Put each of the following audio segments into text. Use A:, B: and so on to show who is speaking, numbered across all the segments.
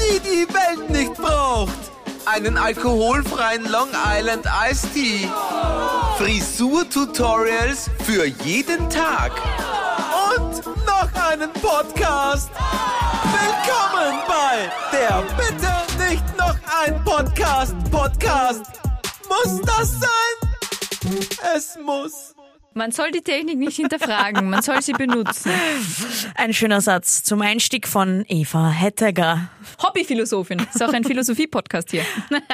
A: die die Welt nicht braucht. Einen alkoholfreien Long Island Iced Tea. Frisur-Tutorials für jeden Tag. Und noch einen Podcast. Willkommen bei der Bitte nicht noch ein Podcast. Podcast. Muss das sein? Es muss.
B: Man soll die Technik nicht hinterfragen, man soll sie benutzen.
C: Ein schöner Satz zum Einstieg von Eva Hetteger.
B: Hobbyphilosophin. Ist auch ein Philosophie-Podcast hier.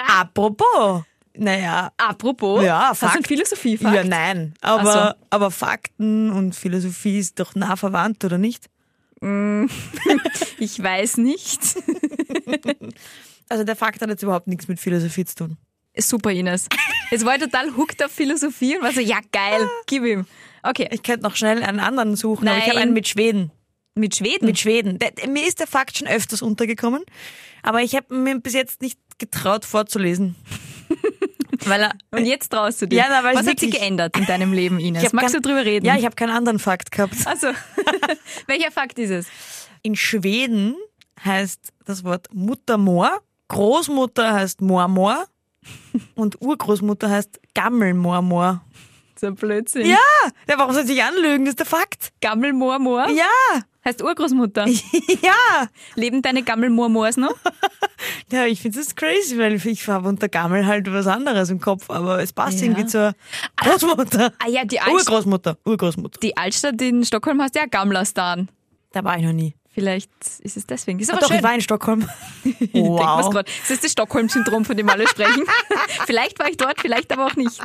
C: Ah. Apropos, naja,
B: Apropos,
C: Ja,
B: das
C: Fakt.
B: sind philosophie
C: ja, nein, aber,
B: Ach
C: aber Fakten und Philosophie ist doch nah verwandt, oder nicht?
B: Ich weiß nicht.
C: Also der Fakt hat jetzt überhaupt nichts mit Philosophie zu tun.
B: Super, Ines. Es war total hooked auf Philosophie und war so, ja geil, gib ihm. Okay,
C: Ich könnte noch schnell einen anderen suchen, aber ich habe
B: Nein.
C: einen mit Schweden.
B: mit Schweden.
C: Mit Schweden. Der, der, mir ist der Fakt schon öfters untergekommen, aber ich habe mir bis jetzt nicht getraut vorzulesen. Weil er,
B: und jetzt traust du dich.
C: Ja, na, weil
B: Was hat sich
C: wirklich-
B: geändert in deinem Leben,
C: Ich
B: Ines?
C: hab
B: Magst du
C: kein-
B: drüber reden?
C: ja, ich habe keinen anderen Fakt gehabt.
B: Also, welcher Fakt ist es?
C: In Schweden heißt das Wort Muttermoor, Großmutter heißt Mormor und Urgroßmutter heißt Gammelmormor.
B: So ein Blödsinn.
C: Ja, ja, warum soll ich dich anlügen? Das ist der Fakt.
B: Gammelmoormoor
C: Ja,
B: heißt Urgroßmutter.
C: ja.
B: Leben deine Gammelmoormoors noch?
C: Ja, ich finde das crazy, weil ich habe unter Gammel halt was anderes im Kopf, aber es passt
B: Ja.
C: irgendwie zur Großmutter.
B: Ah ja, die Altstadt,
C: Urgroßmutter, Urgroßmutter.
B: die Altstadt in Stockholm heißt ja Gamlastan.
C: Da war ich noch nie.
B: Vielleicht ist es deswegen. Ist aber
C: Doch,
B: schön.
C: ich war in Stockholm.
B: Ich denk mir's grad. Das ist das Stockholm-Syndrom, von dem alle sprechen. vielleicht war ich dort, vielleicht aber auch nicht.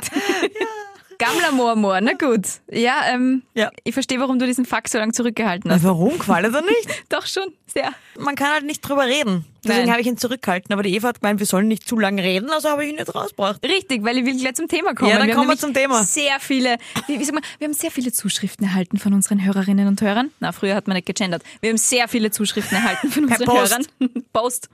B: Gamla Mormor, na gut. Ja, ähm,
C: Ja.
B: ich verstehe, warum du diesen Fakt so lange zurückgehalten
C: Na,
B: hast.
C: warum? Qualet er nicht?
B: Doch schon, sehr.
C: man kann halt nicht drüber reden. Deswegen
B: Nein.
C: habe ich ihn zurückgehalten. Aber die Eva hat gemeint, wir sollen nicht zu lange reden, also habe ich ihn jetzt rausgebracht.
B: Richtig, weil ich will gleich zum Thema kommen.
C: Ja, dann
B: wir haben
C: kommen wir
B: nämlich
C: zum Thema.
B: Sehr viele, wie, wie sag mal, wir haben sehr viele Zuschriften erhalten von unseren Hörerinnen und Hörern. Na, früher hat man nicht gegendert. Wir haben sehr viele Zuschriften erhalten von unseren
C: Post.
B: Hörern. Post.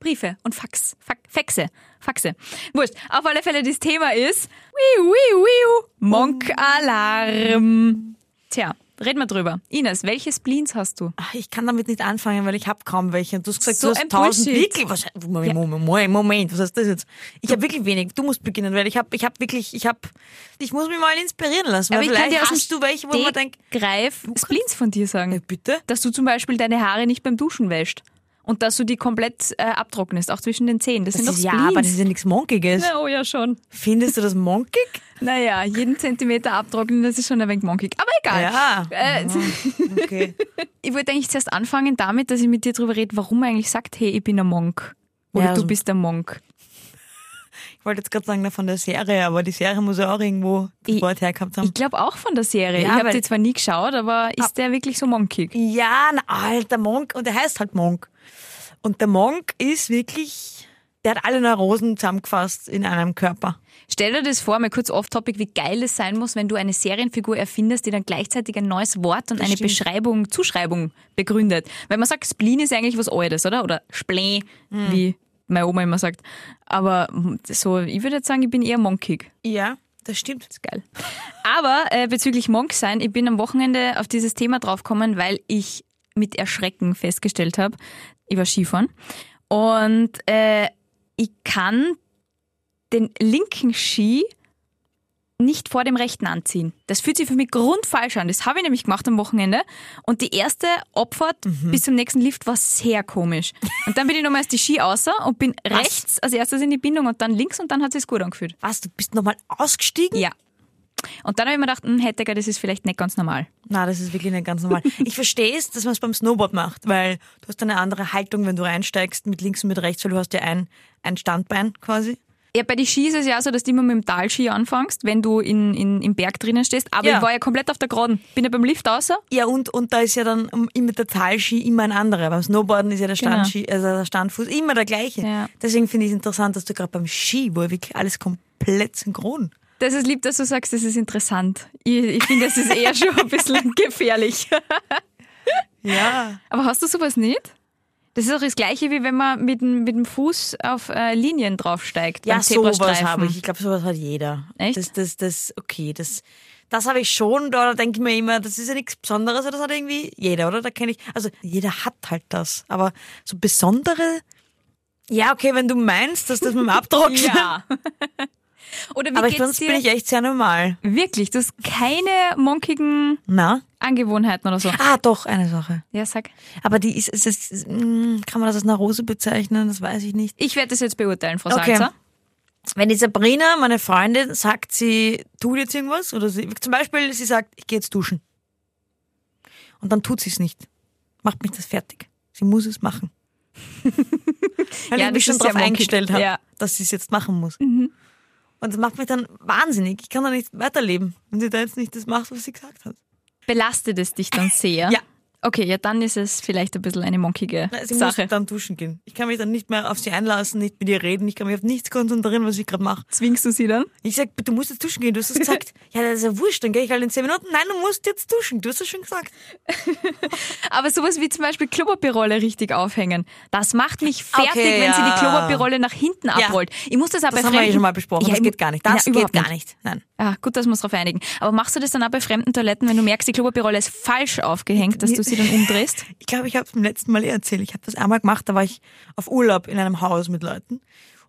B: Briefe und Fax, Fax, Faxe, Faxe. Wurscht. Auf alle Fälle, das Thema ist wiu, wiu, wiu, Monk-Alarm. Tja, reden wir drüber. Ines, welche Spleens hast du?
C: Ach, Ich kann damit nicht anfangen, weil ich habe kaum welche. Und du hast gesagt,
B: So
C: du hast
B: ein
C: 1000
B: Bullshit.
C: wirklich. Was, äh, Moment, Moment, Moment, Moment, was heißt das jetzt? Ich habe wirklich wenig. Du musst beginnen, weil ich habe ich hab wirklich, ich habe, ich muss mich mal inspirieren lassen. Weil
B: Aber ich kann
C: vielleicht
B: dir aus dem
C: hast du welche, wo man denkt,
B: Greif Spleens von dir sagen.
C: äh, bitte?
B: dass du zum Beispiel deine Haare nicht beim Duschen wäschst und dass du die komplett äh, abtrocknest, auch zwischen den Zähnen. Das, sind doch
C: ist, ja,
B: Spleens.
C: aber das ist ja nichts Monkiges.
B: Na, oh ja, schon.
C: Findest du das monkig?
B: Naja, jeden Zentimeter abtrocknen, das ist schon ein wenig monkig. Aber egal.
C: Ja.
B: Äh,
C: Okay.
B: ich wollte eigentlich zuerst anfangen damit, dass ich mit dir darüber rede, warum man eigentlich sagt, hey, ich bin ein Monk. Oder
C: Ja,
B: du
C: so-
B: bist ein Monk.
C: Ich wollte jetzt gerade sagen, na, von der Serie, aber die Serie muss ja auch irgendwo das
B: Ich-
C: Wort hergehabt haben.
B: Ich glaube auch von der Serie. ich
C: Ja,
B: habe
C: weil- Ah.
B: die zwar nie geschaut, aber ist der wirklich so monkig?
C: Ja, ein alter Monk und der heißt halt Monk. Und der Monk ist wirklich, der hat alle Neurosen zusammengefasst in einem Körper.
B: Stell dir das vor, mal kurz off-topic, wie geil es sein muss, wenn du eine Serienfigur erfindest, die dann gleichzeitig ein neues Wort und eine
C: stimmt.
B: Beschreibung, Zuschreibung begründet. Weil man sagt, Spleen ist eigentlich was Altes, oder? Oder Spleen, wie meine Oma immer sagt. Aber so, ich würde jetzt sagen, ich bin eher monkig.
C: Ja, das stimmt.
B: Ist geil. Aber äh, bezüglich Monk sein, ich bin am Wochenende auf dieses Thema draufgekommen, weil ich mit Erschrecken festgestellt habe, ich war Skifahren. Und äh, ich kann den linken Ski nicht vor dem rechten anziehen. Das fühlt sich für mich grundfalsch an. Das habe ich nämlich gemacht am Wochenende. Und die erste Abfahrt bis zum nächsten Lift war sehr komisch. Und dann bin ich nochmals die Ski außer und bin rechts als erstes in die Bindung und dann links und dann hat es sich gut angefühlt.
C: Was, du bist nochmal ausgestiegen?
B: Ja. Und dann habe ich mir gedacht, hm, Hetteger, das ist vielleicht nicht ganz normal.
C: Na, das ist wirklich nicht ganz normal. Ich verstehe es, dass man es beim Snowboard macht, weil du hast eine andere Haltung, wenn du reinsteigst mit links und mit rechts, weil du hast ja ein, ein Standbein quasi.
B: Ja, bei den Skis ist es ja so, dass du immer mit dem Talski anfängst, wenn du in, in, im Berg drinnen stehst. Aber
C: Ja.
B: ich war ja komplett auf der Geraden. Bin ja beim Lift außer.
C: Ja, und, und da ist ja dann immer der Talski immer ein anderer. Beim Snowboarden ist ja der, Standski, also der Standfuß immer der gleiche.
B: Genau. Ja.
C: Deswegen finde ich es interessant, dass du gerade beim Ski, wo ja wirklich alles komplett synchron.
B: Das ist lieb, dass du sagst, das ist interessant. Ich, ich finde, das ist eher schon ein bisschen gefährlich.
C: Ja.
B: Aber hast du sowas nicht? Das ist auch das Gleiche, wie wenn man mit, dem- mit dem Fuß auf äh, Linien draufsteigt.
C: Ja,
B: beim
C: sowas
B: Zebrastreifen.
C: habe ich. Ich glaube, sowas hat jeder.
B: Echt?
C: Das, das, das, okay, das, das habe ich schon. Da denke ich mir immer, das ist ja nichts Besonderes, aber das hat irgendwie jeder, oder? Da kenne ich, also jeder hat halt das. Aber so besondere Ja, okay, wenn du meinst, dass das mit dem Abdruck
B: Ja. Oder wie
C: Aber
B: geht's
C: sonst
B: dir?
C: bin ich echt sehr normal.
B: Wirklich, du hast keine monkigen
C: Na?
B: Angewohnheiten oder so.
C: Ah, doch, eine Sache.
B: Ja, sag.
C: Aber die ist, ist, ist, ist mm, kann man das als Narkose bezeichnen? Das weiß ich nicht.
B: Ich werde das jetzt beurteilen, Frau
C: Okay.
B: Salzer.
C: Wenn die Sabrina, meine Freundin, sagt, sie tut jetzt irgendwas, oder sie, zum Beispiel, sie sagt, ich gehe jetzt duschen. Und dann tut sie es nicht. Macht mich das fertig. Sie muss es machen. Weil
B: Ja,
C: ich mich
B: das
C: schon
B: ist sehr
C: darauf
B: monkig.
C: eingestellt habe,
B: Ja. Mhm.
C: dass sie es jetzt machen muss. Und das macht mich dann wahnsinnig. Ich kann da nicht weiterleben, wenn sie da jetzt nicht das macht, was sie gesagt hat.
B: Belastet es dich dann sehr?
C: Ja.
B: Okay, ja, dann ist es vielleicht ein bisschen eine monkige
C: Na, Sie
B: Sache.
C: muss dann duschen gehen. Ich kann mich dann nicht mehr auf sie einlassen, nicht mit ihr reden. Ich kann mich auf nichts konzentrieren, was ich gerade mache.
B: Zwingst du sie dann?
C: Ich sag, du musst jetzt duschen gehen. Du hast es gesagt. ja, das ist ja wurscht. Dann gehe ich halt in zehn Minuten. Nein, du musst jetzt duschen. Du hast es schon gesagt.
B: Aber sowas wie zum Beispiel Klopapierrolle richtig aufhängen, das macht mich fertig,
C: Okay,
B: wenn sie
C: ja.
B: die Klopapierrolle nach hinten abrollt. Ich muss das aber
C: Das haben wir ja schon mal besprochen. das
B: ich mu-
C: geht gar nicht. Das
B: Nein,
C: geht
B: Genau, überhaupt
C: gar nicht. Nein.
B: Ah, gut, dass wir uns darauf einigen. Aber machst du das dann auch bei fremden Toiletten, wenn du merkst, die Klopapierrolle ist falsch aufgehängt, dass du sie dann umdrehst?
C: Ich glaube, ich habe es beim letzten Mal eh erzählt. Ich habe das einmal gemacht. Da war ich auf Urlaub in einem Haus mit Leuten.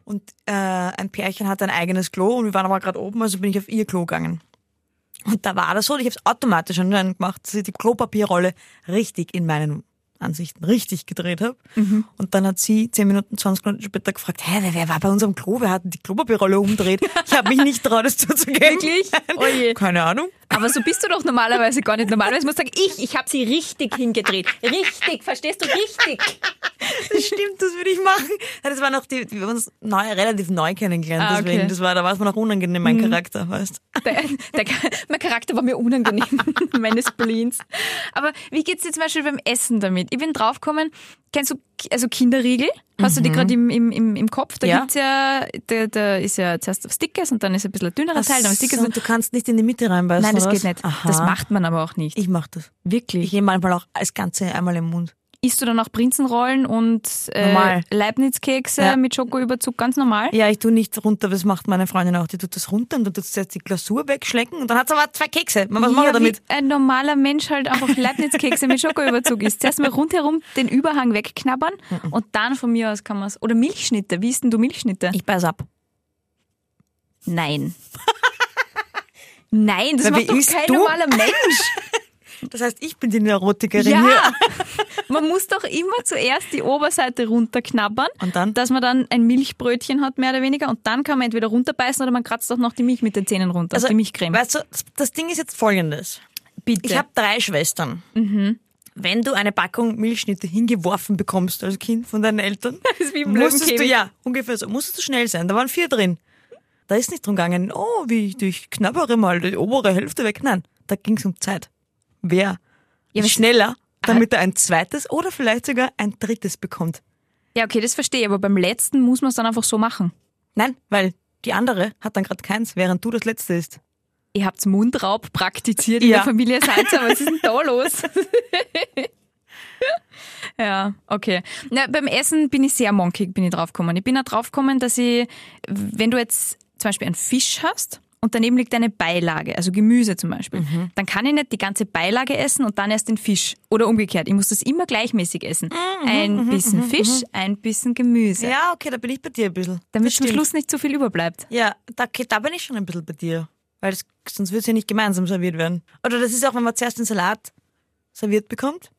C: Und äh, ein Pärchen hatte ein eigenes Klo und wir waren aber gerade oben, also bin ich auf ihr Klo gegangen. Und da war das so, und ich habe es automatisch anscheinend gemacht, dass ich die Klopapierrolle richtig in meinen Ansichten richtig gedreht habe. Und dann hat sie 10 Minuten, 20 Minuten später gefragt, hä, wer- wer war bei unserem Klo? Wer hat denn die Klopapierrolle umgedreht? Ich habe mich nicht traut, das zuzugeben.
B: Wirklich? Oh je.
C: Keine Ahnung.
B: Aber so bist du doch normalerweise gar nicht. Normalerweise musst du sagen, ich, ich habe sie richtig hingedreht. Richtig, verstehst du? Richtig.
C: Das stimmt, das würde ich machen. Ja, Das war noch die, wir haben uns neu, relativ neu kennengelernt,
B: Ah, okay. Mhm. Ah,
C: deswegen, das war, da war es mir noch unangenehm, mein Charakter, weißt
B: Der, der, mein Charakter war mir unangenehm, meines Spleens. Aber wie geht's dir zum Beispiel beim Essen damit? Ich bin draufgekommen, kennst du Ki- also Kinderriegel? Hast du die gerade im, im, im, im Kopf? Da
C: Mhm. Ja.
B: gibt's ja, da, da ist ja zuerst Stickers und dann ist ein bisschen ein dünnerer Teil, dann Stickers.
C: und du kannst nicht in die Mitte reinbeißen.
B: Nein, das
C: oder
B: geht
C: was?
B: nicht.
C: Aha.
B: Das macht man aber auch nicht.
C: Ich mach das. Ich
B: Wirklich.
C: nehme manchmal auch als Ganze einmal im Mund.
B: Isst du dann auch Prinzenrollen und äh,
C: Normal.
B: Leibniz-Kekse
C: Ja.
B: mit Schokoüberzug ganz normal?
C: Ja, ich tu nicht runter, das macht meine Freundin auch. Die tut das runter und dann tut sie jetzt die Glasur wegschlecken und dann hat sie aber zwei Kekse. Man, was macht
B: ja,
C: er damit?
B: Wie ein normaler Mensch halt einfach Leibniz-Kekse mit Schokoüberzug isst. Zuerst mal rundherum den Überhang wegknabbern und dann von mir aus kann man es. Oder Milchschnitte. Wie isst denn du Milchschnitte?
C: Ich beiß ab.
B: Nein. Nein, das
C: Na, wie
B: macht doch
C: isst
B: kein
C: du?
B: normaler Mensch.
C: Das heißt, ich bin die Neurotikerin hier.
B: ja. Man muss doch immer zuerst die Oberseite runterknabbern.
C: Und dann?
B: Dass man dann ein Milchbrötchen hat, mehr oder weniger. Und dann kann man entweder runterbeißen oder man kratzt auch noch die Milch mit den Zähnen runter. Also, die Milchcreme.
C: Weißt du, das- das Ding ist jetzt folgendes.
B: Bitte.
C: Ich habe drei Schwestern. Wenn du eine Packung Milchschnitte hingeworfen bekommst als Kind von deinen Eltern,
B: ist wie im
C: musstest du
B: Löwenkäfig.
C: ja ungefähr so, musstest du schnell sein. Da waren vier drin. Da ist nicht drum gegangen, oh, wie ich, ich knabbere mal die obere Hälfte weg. Nein, da ging es um Zeit. Wer
B: Ja,
C: ist
B: was-
C: schneller, damit er ein zweites oder vielleicht sogar ein drittes bekommt?
B: ja, okay, das verstehe ich. Aber beim letzten muss man es dann einfach so machen.
C: Nein, weil die andere hat dann gerade keins, während du das letzte ist.
B: ihr habt Mundraub praktiziert in
C: Ja.
B: der Familie Salzer, was ist denn da los? ja, okay. Na, beim Essen bin ich sehr monkig, bin ich draufgekommen. Ich bin auch draufgekommen, dass ich, wenn du jetzt zum Beispiel einen Fisch hast und daneben liegt eine Beilage, also Gemüse zum Beispiel,
C: Mhm.
B: dann kann ich nicht die ganze Beilage essen und dann erst den Fisch. Oder umgekehrt. Ich muss das immer gleichmäßig essen.
C: Mhm,
B: ein bisschen Fisch, ein bisschen Gemüse.
C: Ja, okay, da bin ich bei dir ein bisschen.
B: Damit
C: Das
B: zum
C: stimmt.
B: Schluss nicht zu viel überbleibt.
C: Ja, da, okay, da bin ich schon ein bisschen bei dir. Weil das, sonst würde es ja nicht gemeinsam serviert werden. Oder das ist auch, wenn man zuerst den Salat serviert bekommt.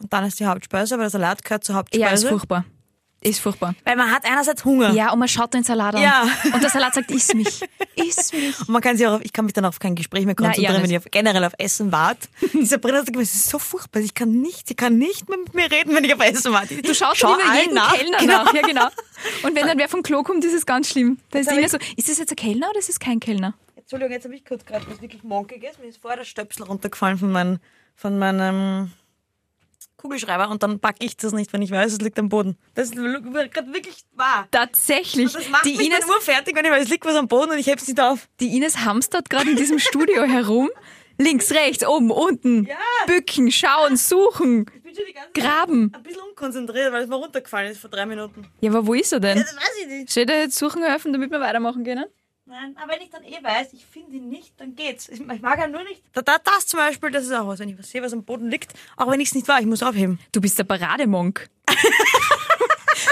C: Und dann ist die Hauptspeise, aber der Salat gehört zur
B: Ja, ist
C: Hauptspeise.
B: furchtbar. Ist furchtbar.
C: weil man hat einerseits Hunger.
B: Ja, und man schaut den Salat an.
C: Ja.
B: Und der Salat sagt, iss mich, iss mich.
C: Und man kann sich auch auf, ich kann mich dann auf kein Gespräch mehr
B: Nein,
C: konzentrieren,
B: ja,
C: wenn ich auf, generell auf Essen warte. Die Sabrina sagt immer, es ist so furchtbar, ich kann nicht, sie kann nicht mehr mit mir reden, wenn ich auf Essen warte.
B: Du schaust schon immer jeden Kellner nach. Ja, genau. Und wenn dann wer vom Klo kommt, ist es ganz schlimm. Da ist immer so, ist das jetzt ein Kellner oder ist es kein Kellner?
C: Entschuldigung, jetzt habe ich kurz gerade was wirklich Monkiges. Mir ist vorher der Stöpsel runtergefallen von, mein, von meinem Kugelschreiber und dann packe ich das nicht, wenn ich weiß, es liegt am Boden. Das ist gerade wirklich wahr.
B: Tatsächlich.
C: Das macht
B: Die
C: mich
B: Ines,
C: dann urfertig, wenn ich weiß, es liegt was am Boden und ich heb's nicht auf.
B: die Ines hamstert gerade in diesem Studio herum. Links, rechts, oben, unten.
C: Ja.
B: Bücken, schauen, suchen,
C: Ich bin schon die ganze Zeit
B: graben.
C: ein bisschen unkonzentriert, weil es mir runtergefallen ist vor drei Minuten.
B: Ja, aber wo ist er denn?
C: Das weiß ich nicht.
B: Steht er jetzt suchen helfen, damit wir weitermachen können?
C: Nein, aber wenn ich dann eh weiß, ich finde ihn nicht, dann geht's. Ich ich mag ja nur nicht. Da, da, das zum Beispiel, das ist auch was, wenn ich was sehe, was am Boden liegt, auch wenn ich es nicht war, ich muss aufheben.
B: Du bist der Parademonk.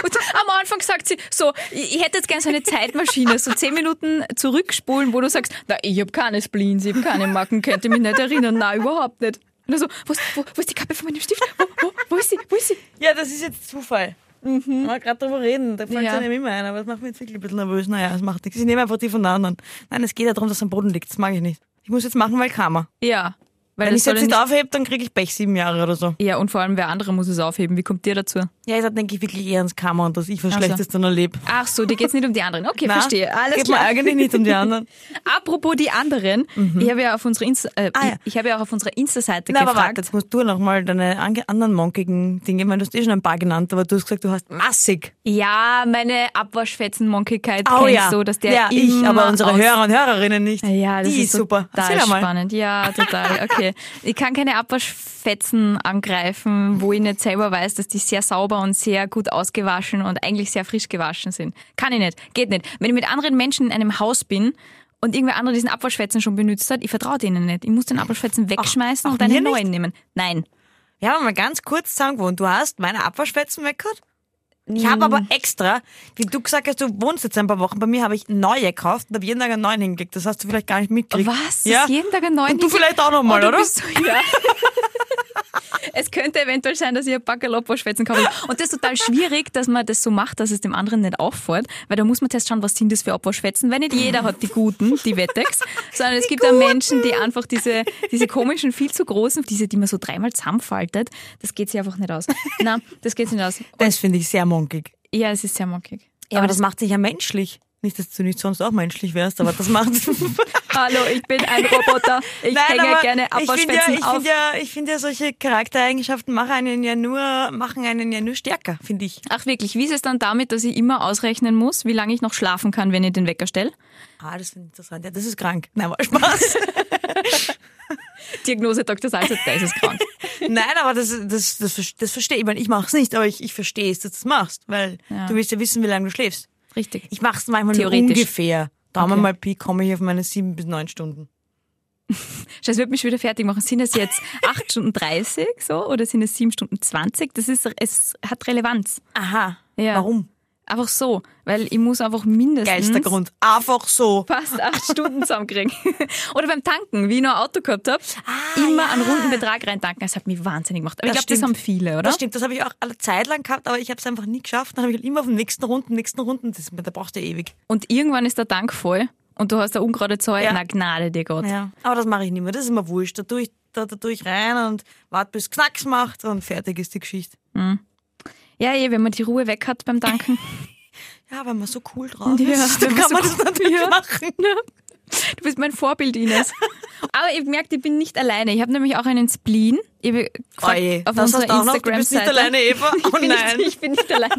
B: Und am Anfang sie, so, ich ich hätte jetzt gerne so eine Zeitmaschine, so zehn Minuten zurückspulen, wo du sagst, na, ich hab keine Spleens, ich hab keine Macken, könnte mich nicht erinnern, na, überhaupt nicht. Und dann so, wo ist, wo, wo ist die Kappe von meinem Stift? Wo, wo, wo ist sie? Wo ist sie?
C: Ja, das ist jetzt Zufall. Mhm. Mal gerade drüber reden, da fällt
B: Ja.
C: ja. einem immer ein, aber das macht mich jetzt wirklich ein bisschen nervös. Naja, das macht nichts. Ich nehme einfach die von der anderen. Nein, es geht ja darum, dass es am Boden liegt. Das mag ich nicht. Ich muss jetzt machen, weil Karma.
B: Ja. Weil
C: Wenn
B: das
C: ich es
B: soll
C: jetzt
B: ja
C: nicht
B: nicht,
C: aufhebe, dann kriege ich Pech sieben Jahre oder so.
B: ja, und vor allem, wer andere muss es aufheben? Wie kommt dir dazu?
C: Ja, da denke ich wirklich eher ans Karma und dass ich was
B: Ach so.
C: Schlechtes dann erlebe.
B: Ach so, dir geht's nicht um die anderen. Okay,
C: Na,
B: verstehe. Alles
C: geht mir
B: klar.
C: eigentlich nicht um die anderen.
B: Apropos die anderen, ich habe ja auf unserer Insta, äh,
C: Ah, ja.
B: ich, ich habe Mhm. ja auch auf unserer Insta-Seite
C: Na,
B: gefragt.
C: aber warte, jetzt musst du nochmal deine ange- anderen monkigen Dinge, ich meine, du hast eh schon ein paar genannt, aber du hast gesagt, du hast massig. Oh
B: Ja, meine Abwaschfetzen-Monkigkeit kennst du, dass der
C: ja,
B: immer
C: ich, aber unsere
B: aus
C: Hörer und Hörerinnen nicht.
B: Ja, das
C: die
B: ist
C: super.
B: total
C: Erzähl mal.
B: spannend. Ja, total. Okay. Ich kann keine Abwaschfetzen angreifen, wo ich nicht selber weiß, dass die sehr sauber und sehr gut ausgewaschen und eigentlich sehr frisch gewaschen sind. Kann ich nicht. Geht nicht. Wenn ich mit anderen Menschen in einem Haus bin und irgendwer anderer diesen Abwaschfetzen schon benutzt hat, ich vertraue denen nicht. Ich muss den Abwaschfetzen wegschmeißen
C: auch
B: und einen
C: mir nicht?
B: neuen nehmen. Nein.
C: Wir haben mal ganz kurz zusammengewohnt. Du hast meine Abwaschfetzen weggehauen? Ich habe aber extra, wie du gesagt hast, du wohnst jetzt ein paar Wochen, bei mir habe ich neue gekauft und habe jeden Tag einen neuen hingelegt. Das hast du vielleicht gar nicht mitgekriegt.
B: Was?
C: Ja.
B: Ist jeden Tag ein neuen
C: Und du
B: Hit-
C: vielleicht auch nochmal,
B: Oh, du
C: oder?
B: bist so, ja. es könnte eventuell sein, dass ich ein Backerlopperschwätzen kaufe. Und das ist total schwierig, dass man das so macht, dass es dem anderen nicht auffällt, weil da muss man zuerst schauen, was sind das für Opferschwätzen, weil nicht jeder hat die guten, die Wettex, sondern es gibt auch Menschen, die einfach diese, diese komischen, viel zu großen, diese, die man so dreimal zusammenfaltet, das geht sich einfach nicht aus. Na, das geht sich nicht aus.
C: Das finde ich sehr monkig.
B: Ja, es ist sehr mockig.
C: Ja, aber das macht sich ja menschlich. Nicht, dass du nicht sonst auch menschlich wärst, aber das macht...
B: Hallo, ich bin ein Roboter. Ich
C: Nein,
B: hänge gerne
C: aber ich finde ja,
B: Abwaschschwätzen
C: ich
B: auf.
C: finde ja, ich finde ja, solche Charaktereigenschaften machen einen ja nur, machen einen ja nur stärker, finde ich.
B: Ach wirklich, wie ist es dann damit, dass ich immer ausrechnen muss, wie lange ich noch schlafen kann, wenn ich den Wecker stelle?
C: Ah, das finde ich interessant. Ja, das ist krank. Nein, war Spaß.
B: Diagnose Dr. Salzer, da ist es krank.
C: Nein, aber das, das, das, ver- das verstehe ich. Ich meine, ich mache es nicht, aber ich, ich verstehe es, dass du es machst, weil
B: Ja.
C: du willst ja wissen, wie lange du schläfst.
B: Richtig.
C: Ich mache es manchmal nur
B: Theoretisch.
C: ungefähr. Daumen
B: Okay.
C: mal Pi komme ich auf meine sieben bis neun Stunden.
B: Scheiße, wird mich schon wieder fertig machen. Sind es jetzt 8 Stunden 30 so oder sind es 7 Stunden 20? Das ist, es hat Relevanz.
C: Aha.
B: Ja.
C: Warum?
B: Einfach so, weil ich muss einfach mindestens
C: Geilster Grund. Einfach so.
B: fast 8 Stunden zusammenkriegen. oder beim Tanken, wie ich noch ein Auto gehabt habe, immer einen runden Betrag reintanken. Das hat mich wahnsinnig gemacht. Aber ich
C: Ah, Das
B: glaube, das haben
C: stimmt.
B: viele, oder?
C: Das stimmt, das habe ich auch eine Zeit lang gehabt, aber ich habe es einfach nie geschafft. Dann habe ich halt immer auf den nächsten Runden, nächsten Runden. Das, da brauchst du ja ewig.
B: Und irgendwann ist der Tank voll und du hast eine ungerade Zahl.
C: Ja.
B: Na, Gnade dir Gott.
C: Ja. Aber das mache ich nicht mehr. Das ist immer wurscht. Da tue ich, da, da tue ich rein und warte, bis Knacks macht und fertig ist die Geschichte.
B: Ja, eh, wenn man die Ruhe weg hat beim Danken.
C: Ja, wenn man so cool drauf
B: Ja,
C: ist, dann
B: wenn man
C: kann
B: so
C: man das natürlich
B: ja.
C: machen.
B: Du bist mein Vorbild, Ines. Aber ihr merkt, ich bin nicht alleine. Ich habe nämlich auch einen Spleen. Ich habe gefragt,
C: Oje,
B: auf
C: das
B: unserer
C: hast du auch noch. Du bist nicht
B: Instagram-Seite.
C: alleine, Eva. Oh
B: bin
C: nein.
B: Nicht, ich bin nicht allein.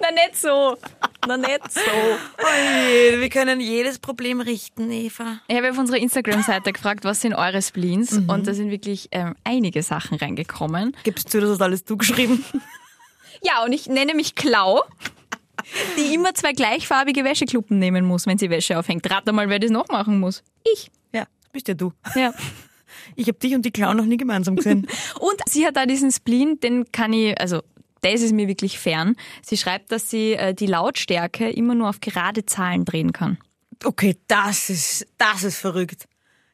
B: Na, nicht so. Na, nicht so.
C: Oje, wir können jedes Problem richten, Eva.
B: Ich habe auf unserer Instagram-Seite gefragt, was sind eure Spleens? Und da sind wirklich ähm, einige Sachen reingekommen.
C: Gibst du, das hast alles du geschrieben?
B: Ja, und ich nenne mich Klau, die immer zwei gleichfarbige Wäschekluppen nehmen muss, wenn sie Wäsche aufhängt. Rat mal, wer das noch machen muss. Ich.
C: Ja, bist ja du.
B: Ja.
C: Ich habe dich und die Clown noch nie gemeinsam gesehen.
B: Und sie hat da diesen Spleen, den kann ich, also das ist mir wirklich fern. Sie schreibt, dass sie äh, die Lautstärke immer nur auf gerade Zahlen drehen kann.
C: Okay, das ist, das ist verrückt.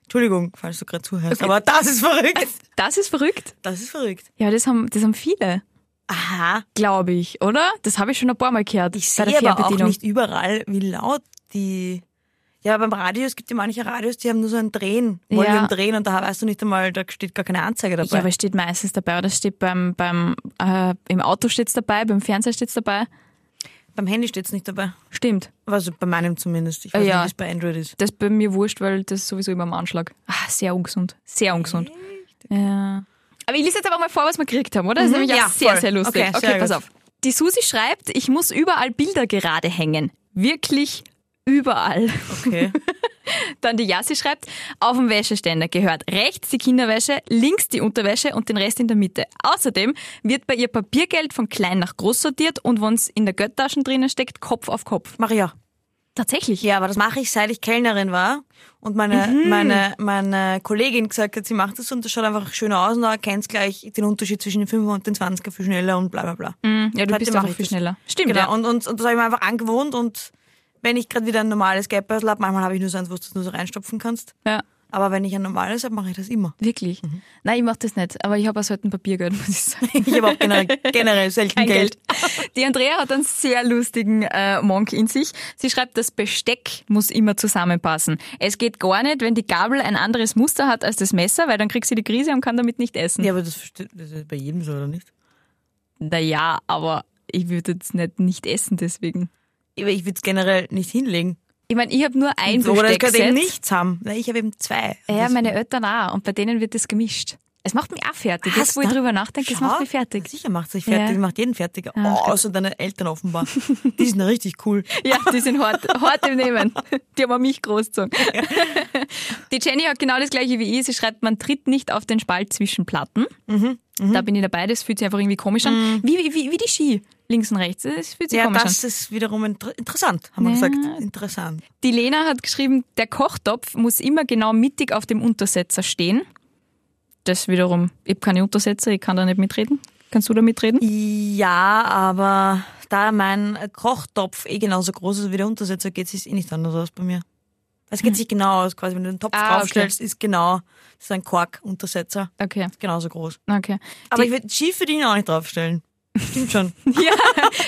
C: Entschuldigung, falls du gerade zuhörst, aber das ist verrückt.
B: Das ist verrückt.
C: Das ist verrückt.
B: Ja, das haben, das haben viele,
C: Aha.
B: glaube ich, oder? Das habe ich schon ein paar Mal gehört.
C: Ich
B: bei der
C: sehe aber auch
B: Fernbedienung.
C: nicht überall, wie laut die. Ja, beim Radio, es gibt ja manche Radios, die haben nur so ein Drehen, Volume
B: Ja.
C: drehen und da weißt du nicht einmal, da steht gar keine Anzeige dabei.
B: Ja, aber es steht meistens dabei, oder es steht beim, beim äh, im Auto steht es dabei, beim Fernseher steht es dabei.
C: beim Handy steht es nicht dabei.
B: Stimmt.
C: Also bei meinem zumindest. Ich weiß
B: Ja.
C: nicht, wie es bei Android ist.
B: Das ist bei mir wurscht, weil das ist sowieso immer am Anschlag. Ah, sehr ungesund. Sehr ungesund. Ja. Aber ich lese jetzt einfach mal vor, was wir gekriegt haben, oder? Das ist
C: Mhm.
B: nämlich auch
C: Ja,
B: sehr,
C: voll.
B: sehr lustig.
C: Okay, sehr
B: pass
C: gut.
B: auf. Die Susi schreibt, ich muss überall Bilder gerade hängen. Wirklich überall.
C: Okay.
B: Dann die Jassi schreibt, auf dem Wäscheständer gehört rechts die Kinderwäsche, links die Unterwäsche und den Rest in der Mitte. Außerdem wird bei ihr Papiergeld von klein nach groß sortiert und wenn es in der Götttasche drinnen steckt, Kopf auf Kopf.
C: Maria.
B: Tatsächlich.
C: Ja, aber das mache ich, seit ich Kellnerin war und meine, meine, meine Kollegin gesagt hat, sie macht das und das schaut einfach schön aus und du erkennst gleich den Unterschied zwischen den 5er und den 20er viel schneller und bla bla bla.
B: Mhm. Ja, du
C: Seitdem
B: bist
C: mache
B: einfach
C: ich
B: viel
C: das.
B: schneller. Stimmt,
C: Genau,
B: ja.
C: und, und, und das habe ich mir einfach angewohnt und wenn ich gerade wieder ein normales Gap-Puzzle habe, manchmal habe ich nur so eins, wo du es nur so reinstopfen kannst,
B: ja.
C: aber wenn ich ein normales habe, mache ich das immer.
B: Wirklich? Nein, ich mache das nicht. Aber ich habe aus heute ein Papier gehört, muss ich sagen.
C: Ich habe auch generell, generell selten
B: Kein
C: Geld.
B: Geld. Die Andrea hat einen sehr lustigen äh, Monk in sich. Sie schreibt, das Besteck muss immer zusammenpassen. Es geht gar nicht, wenn die Gabel ein anderes Muster hat als das Messer, weil dann kriegt sie die Krise und kann damit nicht essen.
C: Ja, aber das, versteht- das ist bei jedem so, oder nicht?
B: Naja, aber ich würde jetzt nicht nicht essen deswegen.
C: Aber ich würde es generell nicht hinlegen.
B: Ich meine, ich habe nur ein
C: Oder es könnte
B: Besteckset.
C: eben nichts haben. Nein, ich habe eben zwei.
B: Ja,
C: Das-
B: meine Eltern auch. Und bei denen wird das gemischt. Es macht mich auch fertig. Jetzt,
C: Was?
B: wo ich
C: Da-
B: drüber nachdenke, es macht
C: Schau,
B: mich fertig.
C: Sicher macht sich
B: Ja.
C: fertig,
B: Ah,
C: macht jeden fertig. Oh,
B: macht
C: außer deine Eltern offenbar. Die sind richtig cool.
B: Ja, die sind hart, hart im Nehmen. Die haben auch mich großgezogen. Die Jenny hat genau das gleiche wie ich. Sie schreibt, man tritt nicht auf den Spalt zwischen Platten.
C: Mhm,
B: Da bin ich dabei, das fühlt sich einfach irgendwie komisch an. Wie, wie- wie, wie die Ski, links und rechts. Das fühlt sich
C: Ja,
B: komisch
C: das
B: an.
C: ist wiederum inter interessant, haben wir
B: Ja.
C: gesagt. Interessant.
B: Die Lena hat geschrieben, der Kochtopf muss immer genau mittig auf dem Untersetzer stehen. Das wiederum, ich habe keine Untersetzer, ich kann da nicht mitreden. Kannst du da mitreden?
C: Ja, aber da mein Kochtopf eh genauso groß ist wie der Untersetzer, geht es eh nicht anders aus bei mir. Es geht sich genau aus, quasi wenn du den Topf
B: Hm. Ah,
C: draufstellst, ist genau, das ist ein Kork-Untersetzer,
B: Okay,
C: genauso groß.
B: okay.
C: Aber
B: Die-
C: ich würde Ski für den auch nicht draufstellen. Stimmt schon.
B: Ja,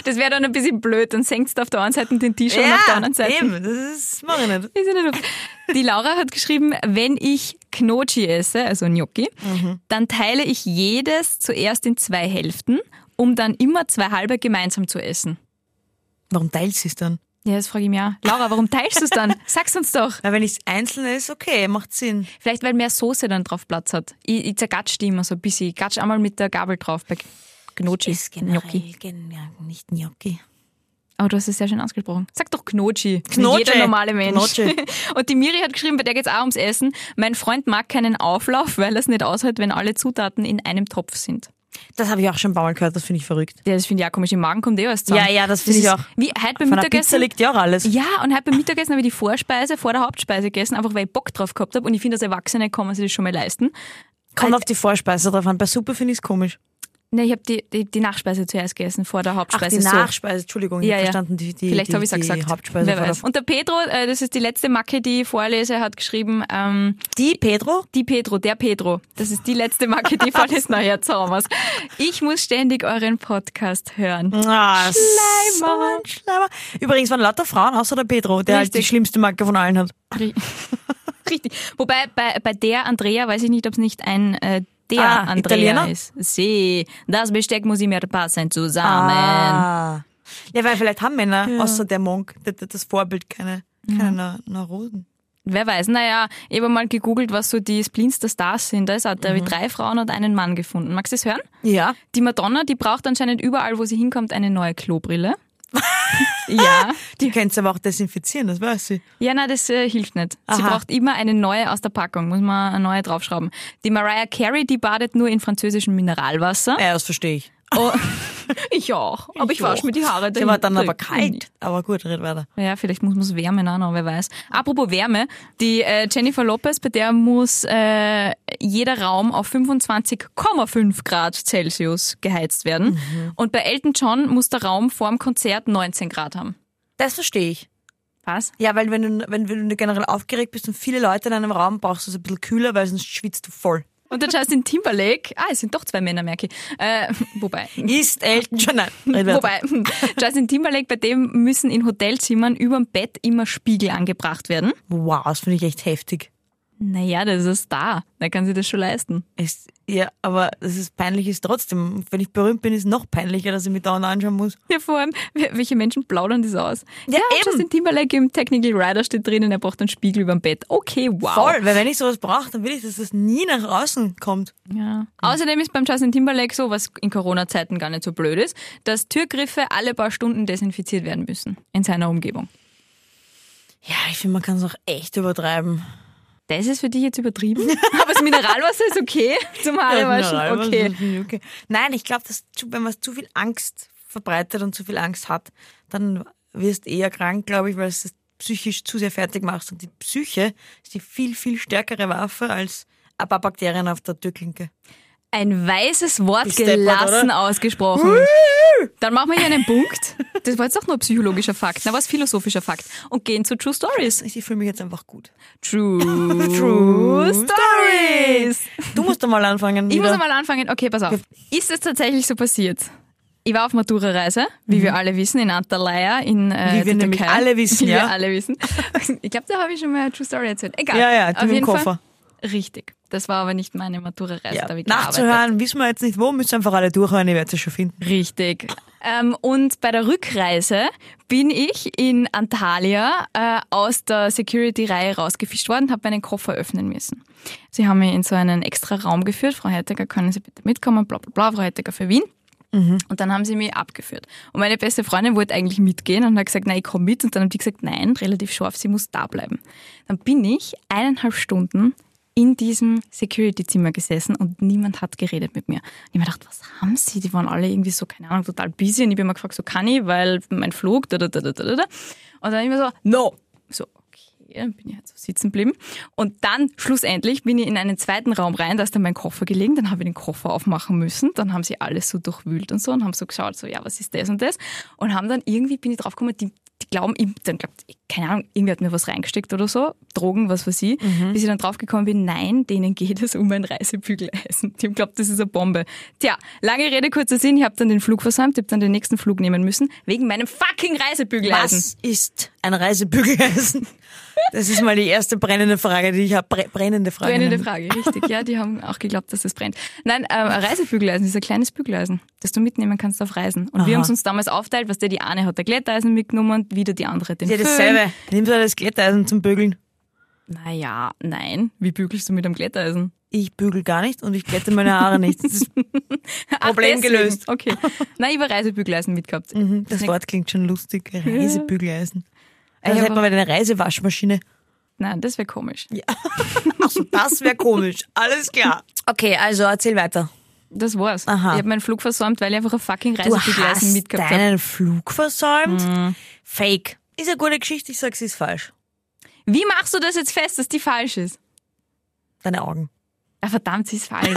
B: das wäre dann ein bisschen blöd. Dann senkst du auf der einen Seite den Tisch und auf der anderen Seite.
C: eben, das ist, mach ich nicht.
B: Ist ja nicht auf. Die Laura hat geschrieben, wenn ich Knoci esse, also Gnocchi, dann teile ich jedes zuerst in zwei Hälften, um dann immer zwei halbe gemeinsam zu essen.
C: Warum teilst du es dann?
B: Ja, das frage ich mich auch. Laura, warum teilst du es dann? Sag's uns doch.
C: Na, wenn es einzeln ist, okay, macht Sinn.
B: Vielleicht, weil mehr Soße dann drauf Platz hat. Ich, ich zergatsch die immer so ein bisschen. Ich gatsch einmal mit der Gabel drauf bei Knoci.
C: Ist genau generell
B: Gnocchi.
C: gen- ja, nicht Gnocchi.
B: Oh, du hast es sehr schön ausgesprochen. Sag doch Knoci. wie
C: Knoci.
B: Jeder normale Mensch.
C: Knoci.
B: Und die Miri hat geschrieben, bei der geht's auch ums Essen. Mein Freund mag keinen Auflauf, weil er es nicht aushält, wenn alle Zutaten in einem Topf sind.
C: Das habe ich auch schon ein paar Mal gehört, das finde ich verrückt.
B: Ja, das finde ich auch komisch. Im Magen kommt eh alles zusammen.
C: Ja, ja, das finde ich
B: ist
C: auch.
B: Wie heute beim
C: Von der Pizza
B: Mittagessen.
C: liegt ja auch alles.
B: ja, und heute beim Mittagessen habe ich die Vorspeise vor der Hauptspeise gegessen, einfach weil ich Bock drauf gehabt habe. Und ich finde, als Erwachsene kann man sich das schon mal leisten.
C: Kommt auf die Vorspeise drauf an. Bei Suppe finde ich es komisch.
B: Ne, ich habe die, die, die Nachspeise zuerst gegessen, vor der
C: Ach,
B: Hauptspeise.
C: die
B: so.
C: Nachspeise, Entschuldigung, ich
B: Ja,
C: hab
B: ja.
C: verstanden, die, die,
B: Vielleicht
C: die,
B: habe ich es auch
C: die
B: gesagt.
C: Hauptspeise
B: Wer
C: vor der
B: weiß. Und der Pedro, äh, das ist die letzte Macke, die ich vorlese, hat geschrieben, ähm,
C: Die Pedro?
B: die Pedro, der Pedro. Das ist die letzte Macke, die ich vorlese. Naja, Zaumers. Ich muss ständig euren Podcast hören.
C: Ah,
B: Schleimer.
C: So ein Schleimer. Übrigens waren lauter Frauen, außer der Pedro, der halt die
B: Richtig.
C: schlimmste Marke von allen hat.
B: Ri- Richtig. Wobei bei, bei der Andrea weiß ich nicht, ob es nicht ein äh, der
C: Ah,
B: Andrea
C: Italiener?
B: ist. Sie, das Besteck muss immer passen zusammen.
C: Ah. Ja, Mhm. weil vielleicht haben Männer, außer der Monk, der- der- das Vorbild, keine, keine Na- Neurosen.
B: Wer weiß. Naja, ich habe mal gegoogelt, was so die Spleens der Stars sind. Da ist auch, da
C: Mhm.
B: habe ich drei Frauen und einen Mann gefunden. Magst du es hören?
C: Ja.
B: Die Madonna, die braucht anscheinend überall, wo sie hinkommt, eine neue Klobrille. ja,
C: Die könnt's aber auch desinfizieren, das weiß ich.
B: ja, nein, das äh, hilft nicht. Sie
C: Aha.
B: braucht immer eine neue aus der Packung, muss man eine neue draufschrauben. Die Mariah Carey, die badet nur in französischem Mineralwasser.
C: Ja, das verstehe ich. Also
B: Oh, ich auch, aber ich, wasche mir die Haare
C: Die war dann
B: dahinter.
C: aber kalt. Aber gut, red weiter.
B: Ja, vielleicht muss man es wärmen auch noch, wer weiß. Apropos Wärme, die äh, Jennifer Lopez, bei der muss äh, jeder Raum auf 25,5 Grad Celsius geheizt werden. Und bei Elton John muss der Raum vorm Konzert 19 Grad haben.
C: Das verstehe ich.
B: Was?
C: Ja, weil wenn du, wenn, wenn du generell aufgeregt bist und viele Leute in einem Raum brauchst du es ein bisschen kühler, weil sonst schwitzt du voll.
B: Und der Justin Timberlake, ah, es sind doch zwei Männer, merke ich. Äh, wobei,
C: Ist Elton schon nein. Red weiter.
B: Wobei, hm, Justin Timberlake, bei dem müssen in Hotelzimmern über dem Bett immer Spiegel angebracht werden.
C: Wow, das finde ich echt heftig.
B: Naja, das ist ein Star. Der kann sich das schon leisten.
C: Ist, ja, aber das ist peinlich ist trotzdem. Wenn ich berühmt bin, ist noch peinlicher, dass ich mich dauernd anschauen muss.
B: Ja, vor allem, wel- welche Menschen plaudern das aus?
C: Ja, eben.
B: Justin Timberlake im Technical Rider steht drinnen, er braucht einen Spiegel über dem Bett. Okay, wow.
C: Voll, weil wenn ich sowas brauche, dann will ich, dass das nie nach außen kommt.
B: Ja. Außerdem ist beim Justin Timberlake so, was in Corona-Zeiten gar nicht so blöd ist, dass Türgriffe alle paar Stunden desinfiziert werden müssen in seiner Umgebung.
C: Ja, ich finde, man kann es auch echt übertreiben.
B: Das ist für dich jetzt übertrieben. Aber das Mineralwasser ist okay zum Haarewaschen.
C: Mineralwasser
B: Okay.
C: ist nicht okay. Nein, ich glaube, dass zu- wenn man zu viel Angst verbreitet und zu viel Angst hat, dann wirst du eher krank, glaube ich, weil es psychisch zu sehr fertig machst. Und die Psyche ist die viel, viel stärkere Waffe als ein paar Bakterien auf der Türklinke.
B: Ein weißes Wort
C: Bist
B: gelassen
C: deppert,
B: ausgesprochen. Dann machen wir hier einen Punkt. Das war jetzt doch nur ein psychologischer Fakt, na was philosophischer Fakt. Und gehen zu True Stories.
C: Ich fühle mich jetzt einfach gut.
B: True, True Stories.
C: Du musst doch mal anfangen.
B: Ich
C: wieder.
B: muss einmal anfangen. Okay, pass auf. Ist es tatsächlich so passiert? Ich war auf Matura-Reise, wie wir alle wissen, in Antalya in äh,
C: Mhm. Wie wir
B: der
C: nämlich
B: Türkei.
C: alle wissen,
B: wie
C: ja.
B: wir alle wissen. Ich glaube, da habe ich schon mal eine True Story erzählt. Egal.
C: Ja, ja,
B: auf
C: die mit dem
B: jeden
C: Koffer.
B: Fall. Richtig. Das war aber nicht meine Matura-Reise, da
C: Ja.
B: habe Also, ich gearbeitet.
C: Nachzuhören wissen wir jetzt nicht wo, müssen einfach alle durchhören, ich werde es schon finden.
B: Richtig. Ähm, und bei der Rückreise bin ich in Antalya äh, aus der Security-Reihe rausgefischt worden, habe meinen Koffer öffnen müssen. Sie haben mich in so einen extra Raum geführt. Frau Heidegger, können Sie bitte mitkommen? Bla bla bla, Frau Heidegger für Wien. Und dann haben sie mich abgeführt. Und meine beste Freundin wollte eigentlich mitgehen und hat gesagt, nein, ich komme mit. Und dann haben die gesagt, nein, relativ scharf, sie muss da bleiben. Dann bin ich eineinhalb Stunden in diesem Security-Zimmer gesessen und niemand hat geredet mit mir. Und ich habe mir gedacht, was haben sie? Die waren alle irgendwie so, keine Ahnung, total busy. Und ich bin mir gefragt, so kann ich, weil mein Flug, da, da, da, da, da, da. Und dann immer so, no. So, okay, dann bin ich halt so sitzen geblieben. Und dann schlussendlich bin ich in einen zweiten Raum rein, da ist dann mein Koffer gelegen, dann habe ich den Koffer aufmachen müssen, dann haben sie alles so durchwühlt und so und haben so geschaut, so ja, was ist das und das und haben dann irgendwie, bin ich draufgekommen, die, die glauben, ich, dann glaubt, ich- keine Ahnung, irgendwer hat mir was reingesteckt oder so, Drogen, was weiß ich, bis ich dann draufgekommen bin, nein, denen geht es um ein Reisebügeleisen. Die haben glaubt, das ist eine Bombe. Tja, lange Rede, kurzer Sinn, ich habe dann den Flug versäumt, ich habe dann den nächsten Flug nehmen müssen, wegen meinem fucking Reisebügeleisen.
C: Was ist ein Reisebügeleisen? Das ist mal die erste brennende Frage, die ich habe. Bre brennende Frage.
B: Brennende Frage, richtig. Ja, die haben auch geglaubt, dass es brennt. Nein, äh, ein Reisebügeleisen ist ein kleines Bügeleisen, das du mitnehmen kannst auf Reisen. Und wir
C: Aha.
B: haben es uns damals aufteilt, was der die eine hat der Glätteisen mitgenommen, wieder die andere den
C: Ja,
B: Föhn.
C: dasselbe. Nimmst du das Glätteisen zum Bügeln?
B: Naja, nein. Wie bügelst du mit einem Glätteisen?
C: Ich bügel gar nicht und ich glätte meine Haare nicht. Das, ist,
B: deswegen.
C: Problem gelöst. Mhm.
B: Okay. Nein, ich habe Reisebügeleisen mitgehabt.
C: das Wort klingt schon lustig. Reisebügeleisen. Also
B: Ja,
C: hätte man
B: aber-
C: bei der Reisewaschmaschine.
B: Nein, das wäre komisch.
C: Achso, das wäre komisch. Alles klar. Okay, also erzähl weiter.
B: Das war's.
C: Aha.
B: Ich habe meinen Flug versäumt, weil ich einfach ein fucking
C: Du
B: Reisebügeleisen
C: hast
B: mitgehabt habe.
C: deinen Flug versäumt? Fake. Ist eine gute Geschichte, ich sag, sie ist falsch.
B: Wie machst du das jetzt fest, dass die falsch ist?
C: Deine Augen.
B: Ah, verdammt, sie ist falsch.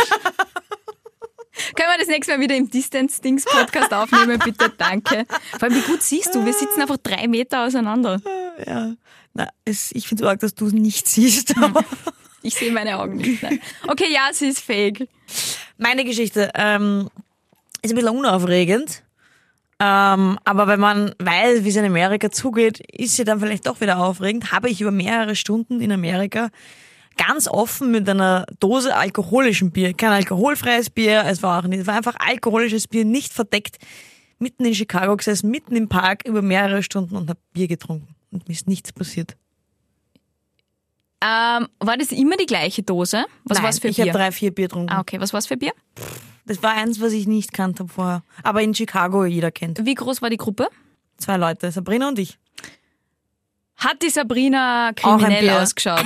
B: Können wir das nächste Mal wieder im Distance-Dings-Podcast aufnehmen, bitte? Danke. Vor allem, wie gut siehst du? Wir sitzen einfach drei Meter auseinander.
C: Ja. Na, es, ich finde es arg, dass du es nicht siehst. aber-
B: Ich sehe meine Augen nicht. Nein. Okay, ja, sie ist fake.
C: Meine Geschichte ähm, ist ein bisschen unaufregend. Ähm, aber wenn man weiß, wie es in Amerika zugeht, ist sie dann vielleicht doch wieder aufregend. Habe ich über mehrere Stunden in Amerika ganz offen mit einer Dose alkoholischem Bier, kein alkoholfreies Bier, es war auch nicht, es war einfach alkoholisches Bier, nicht verdeckt, mitten in Chicago gesessen, mitten im Park über mehrere Stunden und habe Bier getrunken. Und mir ist nichts passiert.
B: Ähm, war das immer die gleiche Dose? Was
C: Nein,
B: war's für
C: ich habe
B: Bier?
C: drei, vier Bier getrunken.
B: ah, okay, was war's für Bier?
C: Das war eins, was ich nicht kannte vorher. Aber in Chicago jeder kennt.
B: Wie groß war die Gruppe?
C: Zwei Leute, Sabrina und ich.
B: Hat die Sabrina
C: ein
B: kriminell
C: Bier.
B: ausgeschaut?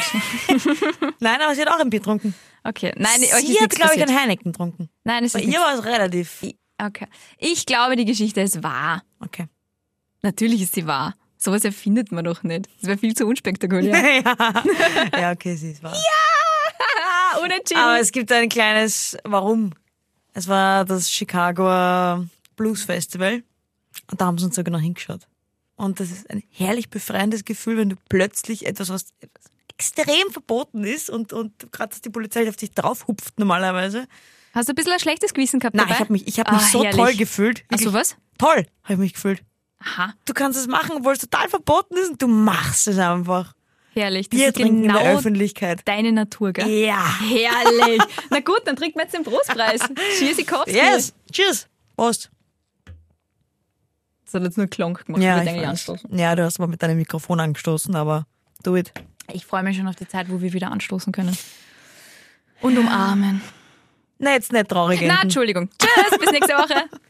C: Nein, aber sie hat auch ein Bier getrunken.
B: Okay, nein, euch
C: sie
B: ist
C: hat,
B: nichts
C: glaube ich,
B: passiert.
C: ein Heineken getrunken.
B: Nein, es
C: Bei
B: ist
C: ihr
B: nichts.
C: war es relativ.
B: Okay. Ich glaube, die Geschichte ist wahr.
C: Okay.
B: Natürlich ist sie wahr. Sowas erfindet man doch nicht. Das wäre viel zu unspektakulär.
C: Ja, ja okay, sie ist wahr.
B: Ah, unentschieden.
C: Aber es gibt ein kleines Warum. Es war das Chicagoer Blues Festival und da haben sie uns sogar noch hingeschaut. Und das ist ein herrlich befreiendes Gefühl, wenn du plötzlich etwas, was extrem verboten ist und, und gerade, dass die Polizei auf dich draufhupft normalerweise.
B: Hast du ein bisschen ein schlechtes Gewissen gehabt
C: Nein,
B: dabei?
C: ich habe mich, ich hab mich
B: Ah,
C: so
B: herrlich.
C: toll gefühlt.
B: Ach so, was?
C: Toll habe ich mich gefühlt.
B: Aha,
C: du kannst es machen, obwohl es total verboten ist und du machst es einfach.
B: herrlich. Das
C: Bier
B: ist
C: trinken Eh. in der
B: genau
C: Öffentlichkeit.
B: deine Natur, gell?
C: Ja.
B: Herrlich. Na gut, dann trinken wir jetzt den Brustpreis. Cheers, Sikowski.
C: Yes. Cheers. Prost.
B: Das hat jetzt nur Klonk gemacht. ich würd eigentlich anstoßen.
C: ja, du hast mal mit deinem Mikrofon angestoßen, aber do it.
B: Ich freue mich schon auf die Zeit, wo wir wieder anstoßen können. Und umarmen.
C: Na, jetzt nicht traurig
B: Na,
C: enden. Genau.
B: Entschuldigung. Tschüss, bis nächste Woche.